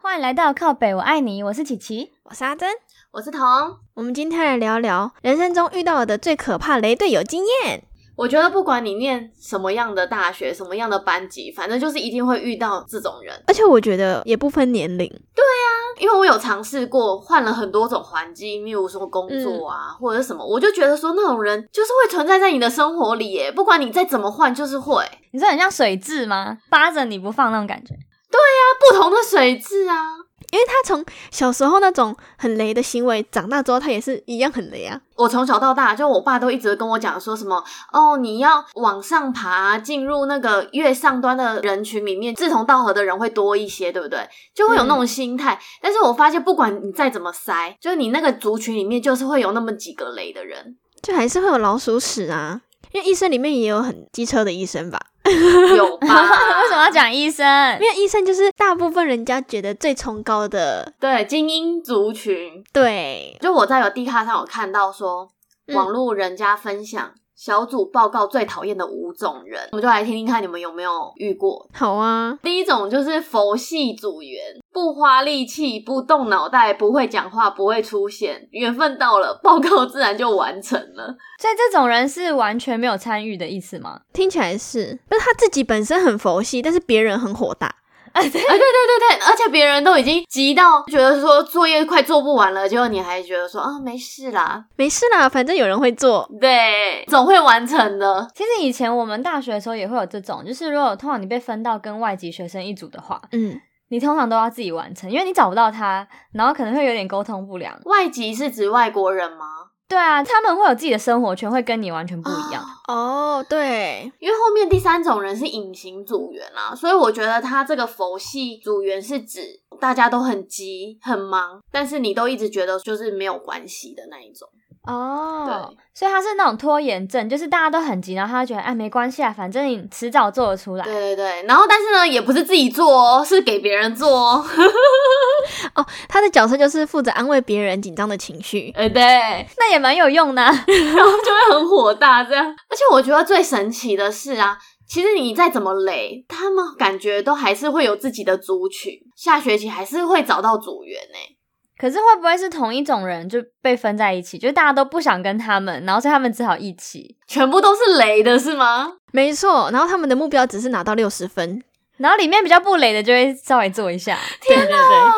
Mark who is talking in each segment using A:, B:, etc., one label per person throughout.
A: 欢迎来到靠北，我爱你，我是琪琪，
B: 我是阿珍。
C: 我是彤，
B: 我们今天来聊聊人生中遇到的最可怕雷队友经验。
C: 我觉得不管你念什么样的大学、什么样的班级，反正就是一定会遇到这种人。
B: 而且我觉得也不分年龄，
C: 因为我有尝试过换了很多种环境，例如说工作啊、或者是什么，我就觉得说那
A: 嗯
C: 种人就是会存在在你的生活里耶，不管你再怎么换，就是会。
A: 你说很像水蛭吗？扒着你不放那种 感觉。
C: 它不同的水质啊，
B: 因为他从小时候那种很雷的行为，长大之后他也是一样很雷啊。
C: 我从小到大，就我爸都一直跟我讲说什么哦，你要往上爬，进入那个越上端的人群里面，志同道合的人会多一些，对不对？就会有那种心态。但是我发现，不管你再怎么塞，就是你那个族群里面，就是会有那么几个雷的人，
B: 就还是会有老鼠屎啊。因为医生里面也有很机车的医生吧，
C: 有 吧？
A: 为什么要讲医生？
B: 因为医生就是大部分人家觉得最崇高的，
C: 对，精英族群。
B: 对，
C: 就我在有 D 卡上有看到说，
B: 嗯
C: 网络人家分享小组报告最讨厌的五种人，我们就来听听看你们有没有遇过。
B: 好啊，
C: 第一种就是佛系组员，不花力气，不动脑袋，不会讲话，不会出现，缘分到了，报告自然就完成了。
A: 所以这种人是完全没有参与的意思吗？
B: 听起来是，不是他自己本身很佛系，但是别人很火大，
C: 哎，对对对对，而且别人都已经急到觉得说作业快做不完了，结果你还觉得说啊没事啦，
B: 没事啦，反正有人会做，
C: 对，总会完成的。
A: 其实以前我们大学的时候也会有这种，就是如果通常你被分到跟外籍学生一组的话，
B: 嗯，
A: 你通常都要自己完成，因为你找不到他，然后可能会有点沟通不良。
C: 外籍是指外国人吗？
A: 对啊，他们会有自己的生活圈，会跟你完全不一样。
B: 哦，对，
C: 因为后面第三种人是隐形组员啦、所以我觉得他这个佛系组员是指大家都很急很忙，但是你都一直觉得就是没有关系的那一种。
A: 哦
C: 对，
A: 所以他是那种拖延症，就是大家都很急，然后他就觉得哎没关系啊，反正你迟早做得出来。
C: 对对对，然后但是呢，也不是自己做哦，是给别人做哦。
B: 他的角色就是负责安慰别人紧张的情绪，
C: 呃，对，然
A: 那也蛮有用的啊、
C: 后就会很火大这样。而且我觉得最神奇的是啊。其实你再怎么累，他们感觉都还是会有自己的族群，下学期还是会找到组员呢、
A: 可是会不会是同一种人就被分在一起，就是大家都不想跟他们，然后所以他们只好一起，
C: 全部都是雷的是吗？
B: 没错，然后他们的目标只是拿到六十分，
A: 然后里面比较不累的就会稍微做一 下。
B: 对对对，
C: 啊，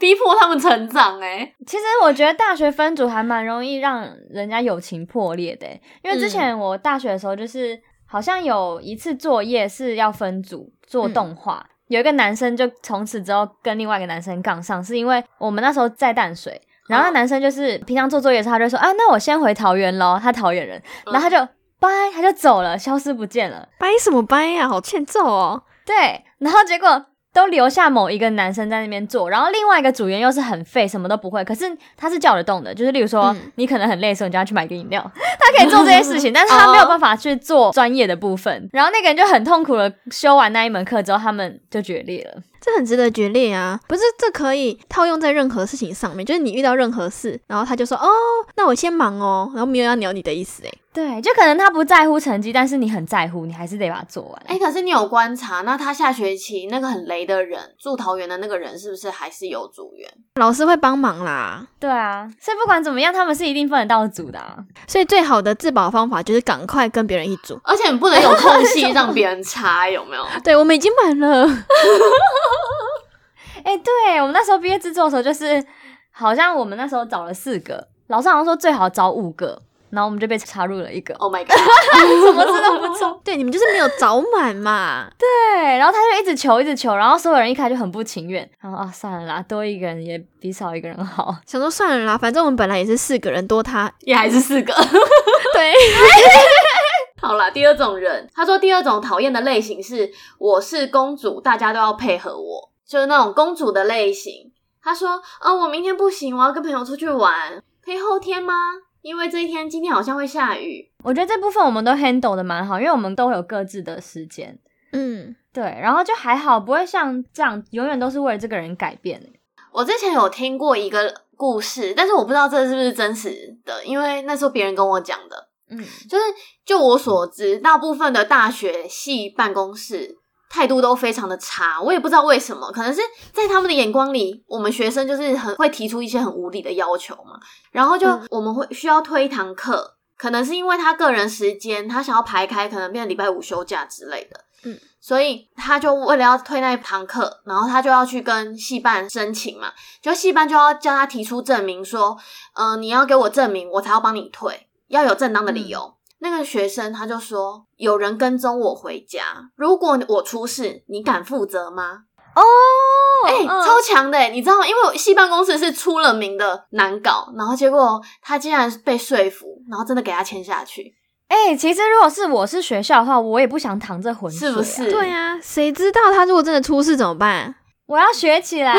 C: 逼迫他们成长哎、
A: 其实我觉得大学分组还蛮容易让人家友情破裂的欸，因为之前我大学的时候就是好像有一次作业是要分组做动画。有一个男生就从此之后跟另外一个男生杠上，是因为我们那时候在淡水，然后那
C: 哦
A: 男生就是平常做作业的时候，他就说啊，那我先回桃园喽，他桃园人，然后他就拜，他就走了，消失不见了。
B: 掰什么掰呀、好欠揍哦，
A: 对，然后结果都留下某一个男生在那边做，然后另外一个组员又是很废，什么都不会，可是他是叫得动的，就是例如说、
B: 嗯
A: 你可能很累的时候，你就要去买个饮料，他可以做这些事情，但是他没有办法去做专业的部分，然后那个人就很痛苦的修完那一门课之后，他们就决裂了。
B: 这很值得决裂啊！不是，这可以套用在任何事情上面，就是你遇到任何事，然后他就说哦，那我先忙哦，然后没有要鸟你的意思欸诶。
A: 对，就可能他不在乎成绩，但是你很在乎，你还是得把它做完。
C: 哎、可是你有观察，那他下学期那个很雷的人，住桃园的那个人，是不是还是有组员？
B: 老师会帮忙啦。
A: 对啊，所以不管怎么样，他们是一定分得到组的、啊。
B: 所以最好的自保方法就是赶快跟别人一组。
C: 而且你不能有空隙让别人插，有没有？
B: 对，我们已经满了，
A: 哎、对我们那时候毕业制作的时候，就是好像我们那时候找了四个，老师好像说最好找五个，然后我们就被插入了一个，
C: Oh my god！
A: 什么事都不做。
B: 对，你们就是没有找满嘛。
A: 对，然后他就一直求，一直求，然后所有人一开始就很不情愿，然后啊算了啦，多一个人也比少一个人好。
B: 想说算了啦，反正我们本来也是四个人，多他
C: 也还是四个。
B: 对，
C: 好啦，第二种人，他说第二种讨厌的类型是我是公主，大家都要配合我，就是那种公主的类型。他说，呃，我明天不行，我要跟朋友出去玩，可以后天吗？因为这一天今天好像会下雨。
A: 我觉得这部分我们都 handle 的蛮好，因为我们都有各自的时间。
B: 嗯，
A: 对，然后就还好，不会像这样永远都是为了这个人改变。欸
C: 我之前有听过一个故事，但是我不知道这是不是真实的，因为那时候别人跟我讲的。
A: 嗯，
C: 就是就我所知，大部分的大学系办公室态度都非常的差，我也不知道为什么，可能是在他们的眼光里，我们学生就是很会提出一些很无理的要求嘛，然后就
B: 嗯
C: 我们会需要推一堂课，可能是因为他个人时间，他想要排开，可能变成礼拜五休假之类的。
B: 嗯，
C: 所以他就为了要推那一堂课，然后他就要去跟系办申请嘛，就系办就要叫他提出证明说，嗯、你要给我证明，我才要帮你退，要有正当的
B: 嗯
C: 理由。那个学生他就说，有人跟踪我回家，如果我出事，你敢负责吗？
A: 哦，
C: 哎、
A: 嗯
C: 超强的、欸，你知道吗？因为系办公室是出了名的难搞，然后结果他竟然被说服，然后真的给他签下去。
A: 哎、其实如果是我是学校的话，我也不想淌这浑水、
C: 是
A: 啊，
C: 不是？
B: 对啊，谁知道他如果真的出事怎么办？
A: 我要学起来。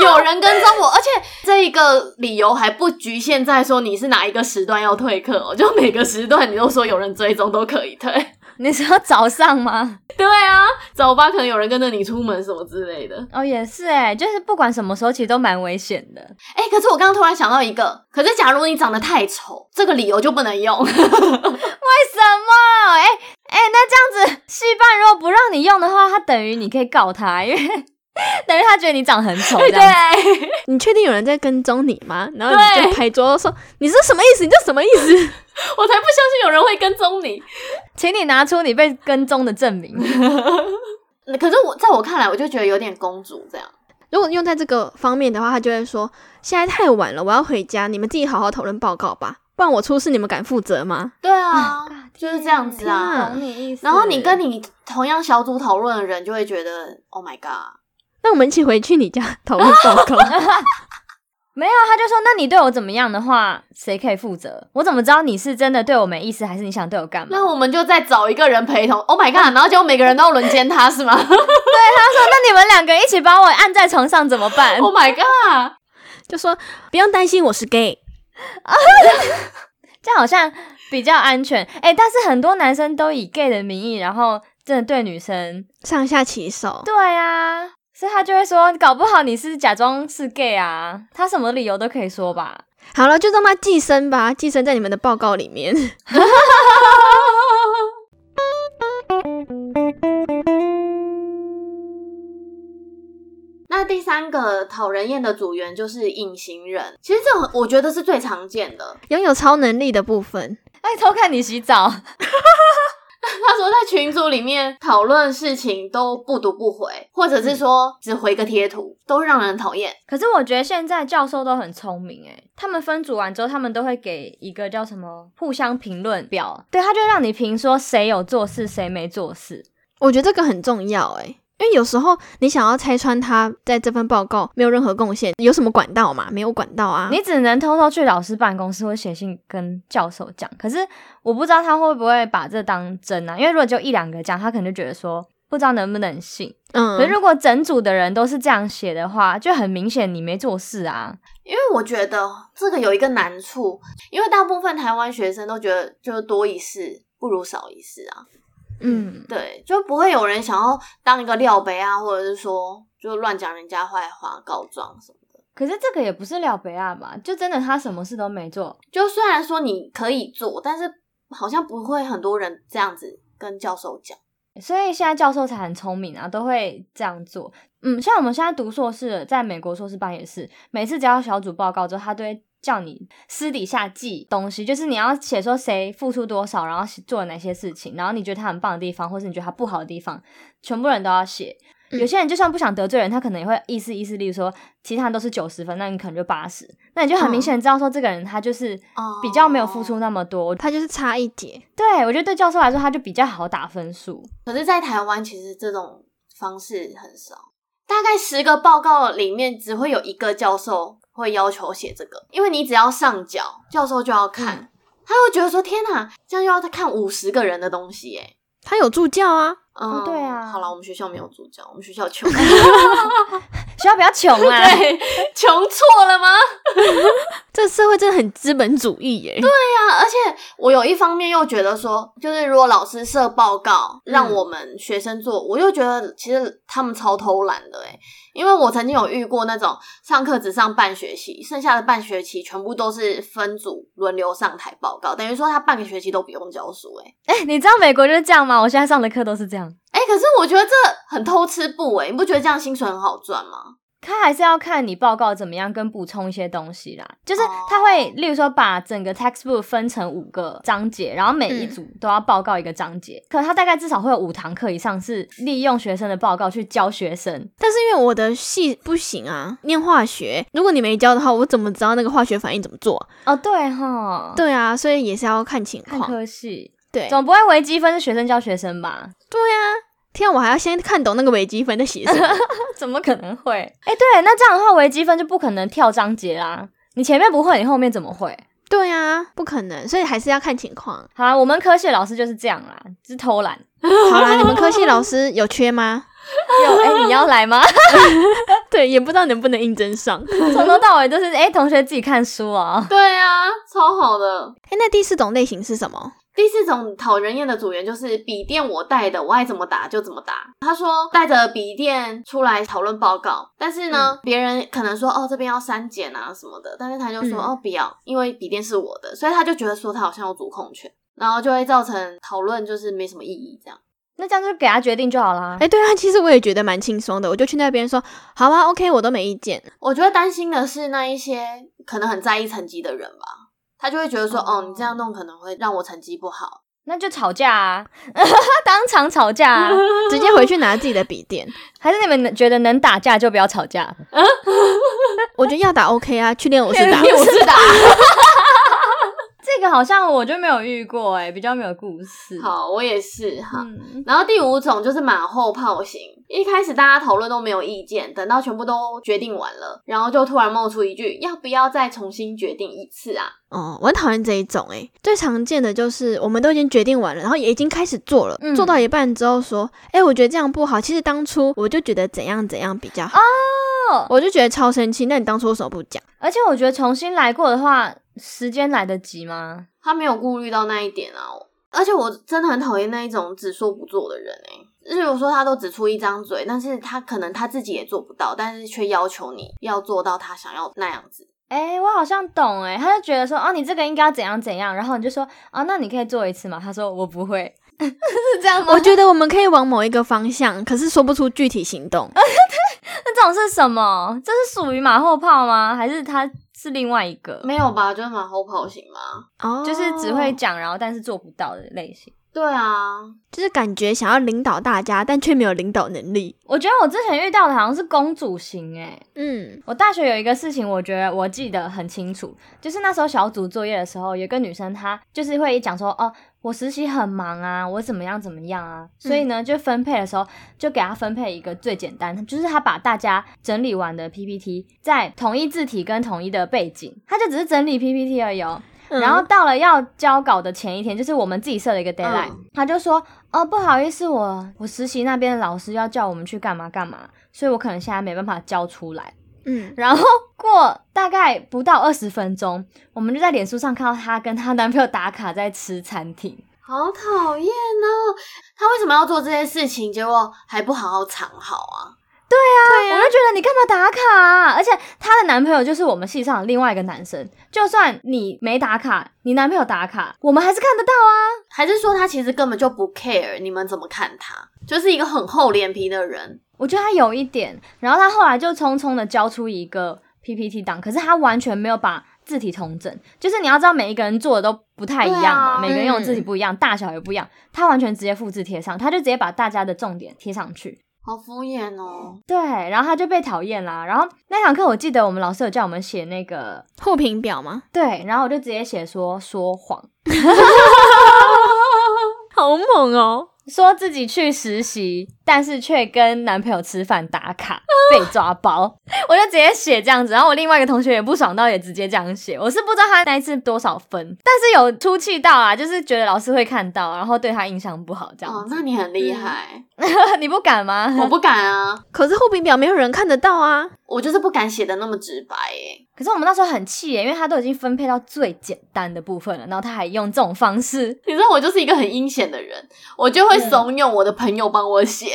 C: 有人跟踪我，而且这一个理由还不局限在说你是哪一个时段要退课、哦，就每个时段你都说有人追踪都可以退。
A: 你是要早上吗？
C: 对啊，早八可能有人跟着你出门什么之类的。
A: 哦，也是哎、就是不管什么时候，其实都蛮危险的。
C: 哎、可是我刚刚突然想到一个，可是假如你长得太丑，这个理由就不能用。
A: 为什么？哎、哎、那这样子，戏办如果不让你用的话，他等于你可以告他，因为 等于他觉得你长很丑这样子。
C: 对，
B: 你确定有人在跟踪你吗？然后
C: 对
B: 你就拍桌说你是什么意思？你这什么意思？
C: 我才不相信有人会跟踪你。
A: 请你拿出你被跟踪的证明。
C: 可是我在我看来，我就觉得有点公主这样。
B: 如果用在这个方面的话，他就会说现在太晚了，我要回家，你们自己好好讨论报告吧，不然我出事你们敢负责吗？
C: 对啊，就是这样子
B: 天
C: 啊
B: 啊。
A: 懂你意思。
C: 然后你跟你同样小组讨论的人，就会觉得 Oh my God，
B: 那我们一起回去你家讨论报告。
A: 没有，啊他就说，那你对我怎么样的话，谁可以负责？我怎么知道你是真的对我没意思，还是你想对我干嘛？
C: 那我们就再找一个人陪同。Oh my God，然后结果每个人都要轮奸他是吗
A: 他说，哦那你们两个一起把我按在床上怎么 办？
C: ？Oh my God，
B: 就说不用担心，我是 gay。
A: 这样好像比较安全。哎、但是很多男生都以 gay 的名义，然后真的对女生，
B: 上下其手，
A: 对啊，所以他就会说，搞不好你是假装是 gay 啊，他什么理由都可以说吧。
B: 好了，就让他寄生吧，寄生在你们的报告里面。
C: 那第三个讨人厌的组员就是隐形人，其实这种我觉得是最常见的。
B: 拥有超能力的部分，
A: 哎、偷看你洗澡，
C: 他说在群组里面讨论事情都不读不回，或者是说只回个贴图，都让人讨厌。
A: 可是我觉得现在教授都很聪明诶，他们分组完之后，他们都会给一个叫什么互相评论表，对，他就让你评说谁有做事，谁没做事。
B: 我觉得这个很重要哎、因为有时候你想要拆穿他在这份报告没有任何贡献，有什么管道嘛？没有管道啊。
A: 你只能偷偷去老师办公室或写信跟教授讲。可是我不知道他会不会把这当真啊？因为如果就一两个讲，他可能就觉得说不知道能不能信。可是
B: 嗯，
A: 如果整组的人都是这样写的话，就很明显你没做事啊。
C: 因为我觉得这个有一个难处，因为大部分台湾学生都觉得就是多一事不如少一事啊，
A: 嗯，
C: 对，就不会有人想要当一个料杯啊，或者是说就乱讲人家坏话、告状什么。
A: 可是这个也不是了北亚吧？就真的他什么事都没做，
C: 就虽然说你可以做，但是好像不会很多人这样子跟教授讲。
A: 所以现在教授才很聪明啊，都会这样做。嗯，像我们现在读硕士，在美国硕士班也是，每次只要小组报告之后，他都会叫你私底下记东西，就是你要写说谁付出多少，然后做了哪些事情，然后你觉得他很棒的地方，或是你觉得他不好的地方，全部人都要写。
B: 嗯
A: 有些人就算不想得罪人，他可能也会意思意思，例如说其他人都是九十分，那你可能就八十，那你就很明显地知道说这个人他就是
C: 哦
A: 比较没有付出那么多。
B: 他就是差一点。
A: 对我觉得对教授来说，他就比较好打分数。
C: 可是，在台湾其实这种方式很少，大概十个报告里面只会有一个教授会要求写这个，因为你只要上缴，教授就要看，
A: 嗯
C: 他会觉得说天哪，这样又要再看五十个人的东西耶。
B: 他有助教啊，
C: 嗯
A: 哦对啊
C: 好了，我们学校没有助教，我们学校穷。
A: 学校比较穷 啊，
C: 对，穷错了吗？
B: 这社会真的很资本主义欸耶。
C: 对啊，而且我有一方面又觉得说，就是如果老师设报告让我们学生做，我又觉得其实他们超偷懒的诶，因为我曾经有遇过那种上课只上半学期，剩下的半学期全部都是分组轮流上台报告，等于说他半个学期都不用教书诶。
A: 哎、你知道美国就是这样吗？我现在上的课都是这样，
C: 哎、可是我觉得这很偷吃步诶，你不觉得这样薪水很好赚吗？
A: 他还是要看你报告怎么样，跟补充一些东西啦。就是
C: 哦
A: 他会，例如说把整个 textbook 分成五个章节，然后每一组都要报告一个章节。可他大概至少会有五堂课以上是利用学生的报告去教学生。
B: 但是因为我的系不行啊，念化学，如果你没教的话，我怎么知道那个化学反应怎么做？啊
A: 哦，对哈，
B: 对啊，所以也是要看情
A: 看
B: 况。
A: 科系，
B: 对，
A: 总不会微积分是学生教学生吧？
B: 天啊，我还要先看懂那个微积分在写什 么。
A: 怎么可能会？哎、对，那这样的话，微积分就不可能跳章节啦。你前面不会，你后面怎么会？
B: 对啊，不可能，所以还是要看情况。
A: 好啦，我们科学老师就是这样啦，就是偷懒。
B: 好啦，你们科系老师有缺吗？
A: 有哎、你要来吗？
B: 对，也不知道能不能应征上。
A: 从头到尾都是哎、同学自己看书哦。
C: 对啊，超好的。
B: 哎，那第四种类型是什么？
C: 第四种讨人厌的组员就是笔电我带的，我爱怎么打就怎么打。他说带着笔电出来讨论报告，但是呢，别人可能说哦这边要删减啊什么的，但是他就说、
B: 嗯
C: 哦不要，因为笔电是我的，所以他就觉得说他好像有主控权，然后就会造成讨论就是没什么意义这样。
A: 那这样就给他决定就好啦。
B: 哎，对啊，其实我也觉得蛮轻松的，我就去那边说，好啊，OK，我都没意见。
C: 我觉得担心的是那一些可能很在意成绩的人吧，他就会觉得说哦
A: 哦
C: 你这样弄可能会让我成绩不好。
A: 那就吵架啊， 当场吵架啊。
B: 直接回去拿自己的笔电。
A: 还是你们觉得能打架就不要吵架？
B: 我觉得要打 OK 啊，去练武士 打。
A: 我是打。这个好像我就没有遇过哎、比较没有故事。，
C: 好，我也是哈。
A: 嗯，
C: 然后第五种就是马后炮型，一开始大家讨论都没有意见，等到全部都决定完了，然后就突然冒出一句要不要再重新决定一次啊？
B: 哦，我很讨厌这一种诶、最常见的就是我们都已经决定完了，然后也已经开始做了，
A: 嗯
B: 做到一半之后说，诶、我觉得这样不好，其实当初我就觉得怎样怎样比较好，
A: 哦
B: 我就觉得超生气，那你当初为什么不讲？
A: 而且我觉得重新来过的话，时间来得及吗？
C: 他没有顾虑到那一点啊，而且我真的很讨厌那一种只说不做的人哎、例如说他都只出一张嘴，但是他可能他自己也做不到，但是却要求你要做到他想要那样子。
A: 哎、我好像懂哎、他就觉得说，哦，你这个应该要怎样怎样，然后你就说，哦，那你可以做一次嘛。他说我不会， 是这样吗？
B: 我觉得我们可以往某一个方向，可是说不出具体行动。
A: 呃那这种是什么？这是属于马后炮吗？还是他是另外一个？
C: 没有吧？就是马后炮型吗？
B: 哦
A: 就是只会，讲，然后但是做不到的类型。
C: 对啊，
B: 就是感觉想要领导大家，但却没有领导能力。
A: 我觉得我之前遇到的好像是公主型哎、
B: 嗯，
A: 我大学有一个事情，我觉得我记得很清楚，就是那时候小组作业的时候，有一个女生她就是会讲说，哦，我实习很忙啊，我怎么样怎么样啊，所以呢，就分配的时候就给她分配一个最简单，就是她把大家整理完的 PPT，在统一字体跟统一的背景，她就只是整理 PPT 而已、哦。然后到了要交稿的前一天，就是我们自己设了一个 deadline，、
C: 嗯
A: 他就说：“哦，不好意思，我我实习那边的老师要叫我们去干嘛干嘛，所以我可能现在没办法交出来。”
B: 嗯，
A: 然后过大概不到二十分钟，我们就在脸书上看到她跟她男朋友打卡在吃餐厅。
C: 好讨厌哦！他为什么要做这些事情？结果还不好好藏好啊？
A: 我就觉得你干嘛打卡、啊？而且她的男朋友就是我们系上的另外一个男生，就算你没打卡，你男朋友打卡，我们还是看得到啊。
C: 还是说他其实根本就不 care 你们怎么看他，就是一个很厚脸皮的人？
A: 我觉得他有一点，然后他后来就匆匆的交出一个 PPT 档，可是他完全没有把字体同整，就是你要知道每一个人做的都不太一样嘛，
C: 对啊
A: 每个人用的字体不一样，大小也不一样，他完全直接复制贴上，他就直接把大家的重点贴上去。
C: 好敷衍哦！
A: 对，然后他就被讨厌啦。然后那堂课我记得我们老师有叫我们写那个
B: 互评表吗？
A: 对，然后我就直接写说说谎，
B: 好猛哦！哦
A: 说自己去实习，但是却跟男朋友吃饭打卡被抓包， 我就直接写这样子。然后我另外一个同学也不爽到也直接这样写，我是不知道他那一次多少分，但是有出气到啊，就是觉得老师会看到，然后对他印象不好这样
C: 哦，
A: 子。嗯
C: 那你很厉害，
A: 你不敢吗？
C: 我不敢啊，
B: 可是后评表没有人看得到啊。
C: 我就是不敢写的那么直白哎。
A: 可是我们那时候很气耶，因为他都已经分配到最简单的部分了，然后他还用这种方式，
C: 你知道我就是一个很阴险的人，我就会怂恿我的朋友帮 我写，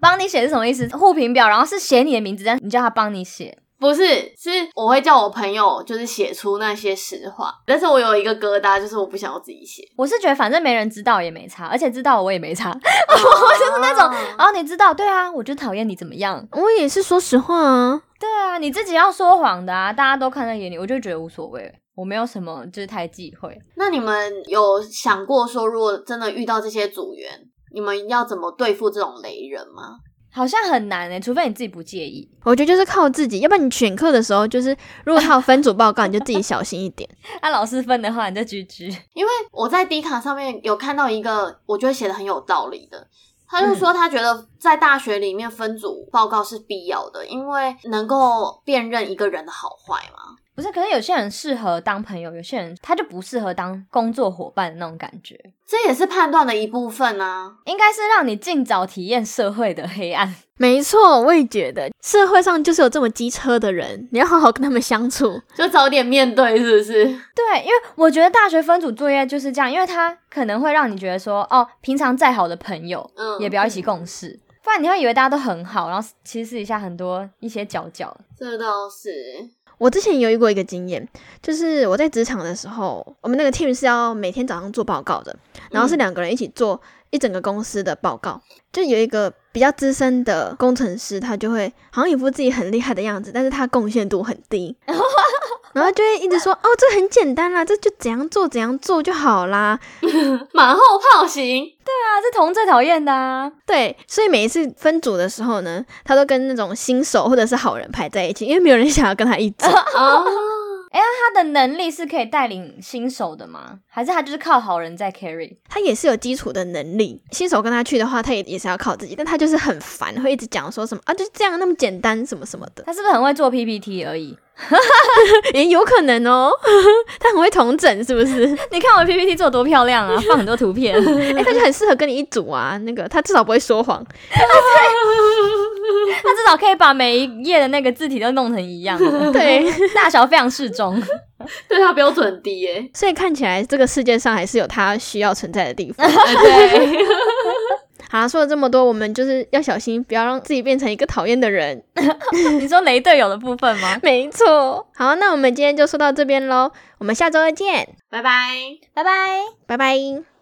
A: 帮你写是什么意思？互评表，然后是写你的名字，但你叫他帮你写，
C: 不是，是我会叫我朋友就是写出那些实话，但是我有一个疙瘩，就是我不想要自己写，
A: 我是觉得反正没人知道也没差，而且知道我也没差。
C: 我就是那种
A: 然后你知道，对啊，我就讨厌你怎么样？
B: 我也是说实话啊，
A: 对啊，你自己要说谎的啊，大家都看在眼里，我就觉得无所谓，我没有什么就是太忌讳。
C: 那你们有想过说，如果真的遇到这些组员，你们要怎么对付这种雷人吗？
A: 好像很难欸诶、除非你自己不介意。
B: 我觉得就是靠自己，要不然你选课的时候，就是如果他有分组报告，你就自己小心一点。
A: 按、老师分的话，你就居居。
C: 因为我在 D 卡上面有看到一个，我觉得写的很有道理的。他就说，他觉得在大学里面分组报告是必要的，因为能够辨认一个人的好坏嘛。
A: 不是，可是有些人适合当朋友，有些人他就不适合当工作伙伴的那种感觉。
C: 这也是判断的一部分啊。
A: 应该是让你尽早体验社会的黑暗。
B: 没错，我也觉得社会上就是有这么机车的人，你要好好跟他们相处。
C: 就早点面对，是不
A: 对，
C: 是？
A: 因为我觉得大学分组作业就是这样，因为它可能会让你觉得说，哦，平常再好的朋友
C: 嗯，
A: 也不要一起共事，不然你会以为大家都很好，然后其实私底下很多一些角角。
C: 这倒是。
B: 我之前有遇过一个经验，就是我在职场的时候，我们那个 team 是要每天早上做报告的，然后是两个人一起做一整个公司的报告。就有一个比较资深的工程师，他就会好像一副自己很厉害的样子，但是他贡献度很低，然后就会一直说：“哦，这很简单啦，这就怎样做怎样做就好啦。
C: 马后炮型，
A: 啊，这同最讨厌的啊！”
B: 对，所以每一次分组的时候呢，他都跟那种新手或者是好人排在一起，因为没有人想要跟他一组。
C: 啊，
A: 他的能力是可以带领新手的吗？还是他就是靠好人在 carry？
B: 他也是有基础的能力，新手跟他去的话，他也也是要靠自己，但他就是很烦，会一直讲说什么啊，就是这样那么简单什么什么 的，
A: 他是不是很会做 PPT 而已？
B: 也有可能哦，他很会同整是不是？
A: 你看我的 PPT 做得多漂亮啊，放很多图 片。
B: 哎、他就很适合跟你一组啊，那个他至少不会说谎，
A: 他至少可以把每一页的那个字体都弄成一样的，
B: 对，。
A: 大小非常适中。
C: 对他标准低耶
B: 所以看起来这个世界上还是有他需要存在的地方。
C: 哎对，
B: 好啦，说了这么多，我们就是要小心，不要让自己变成一个讨厌的人。
A: 你说雷队友的部分吗？
B: 没错，好，那我们今天就说到这边喽，我们下周再见，
C: 拜拜。
A: 拜拜。
B: 拜拜。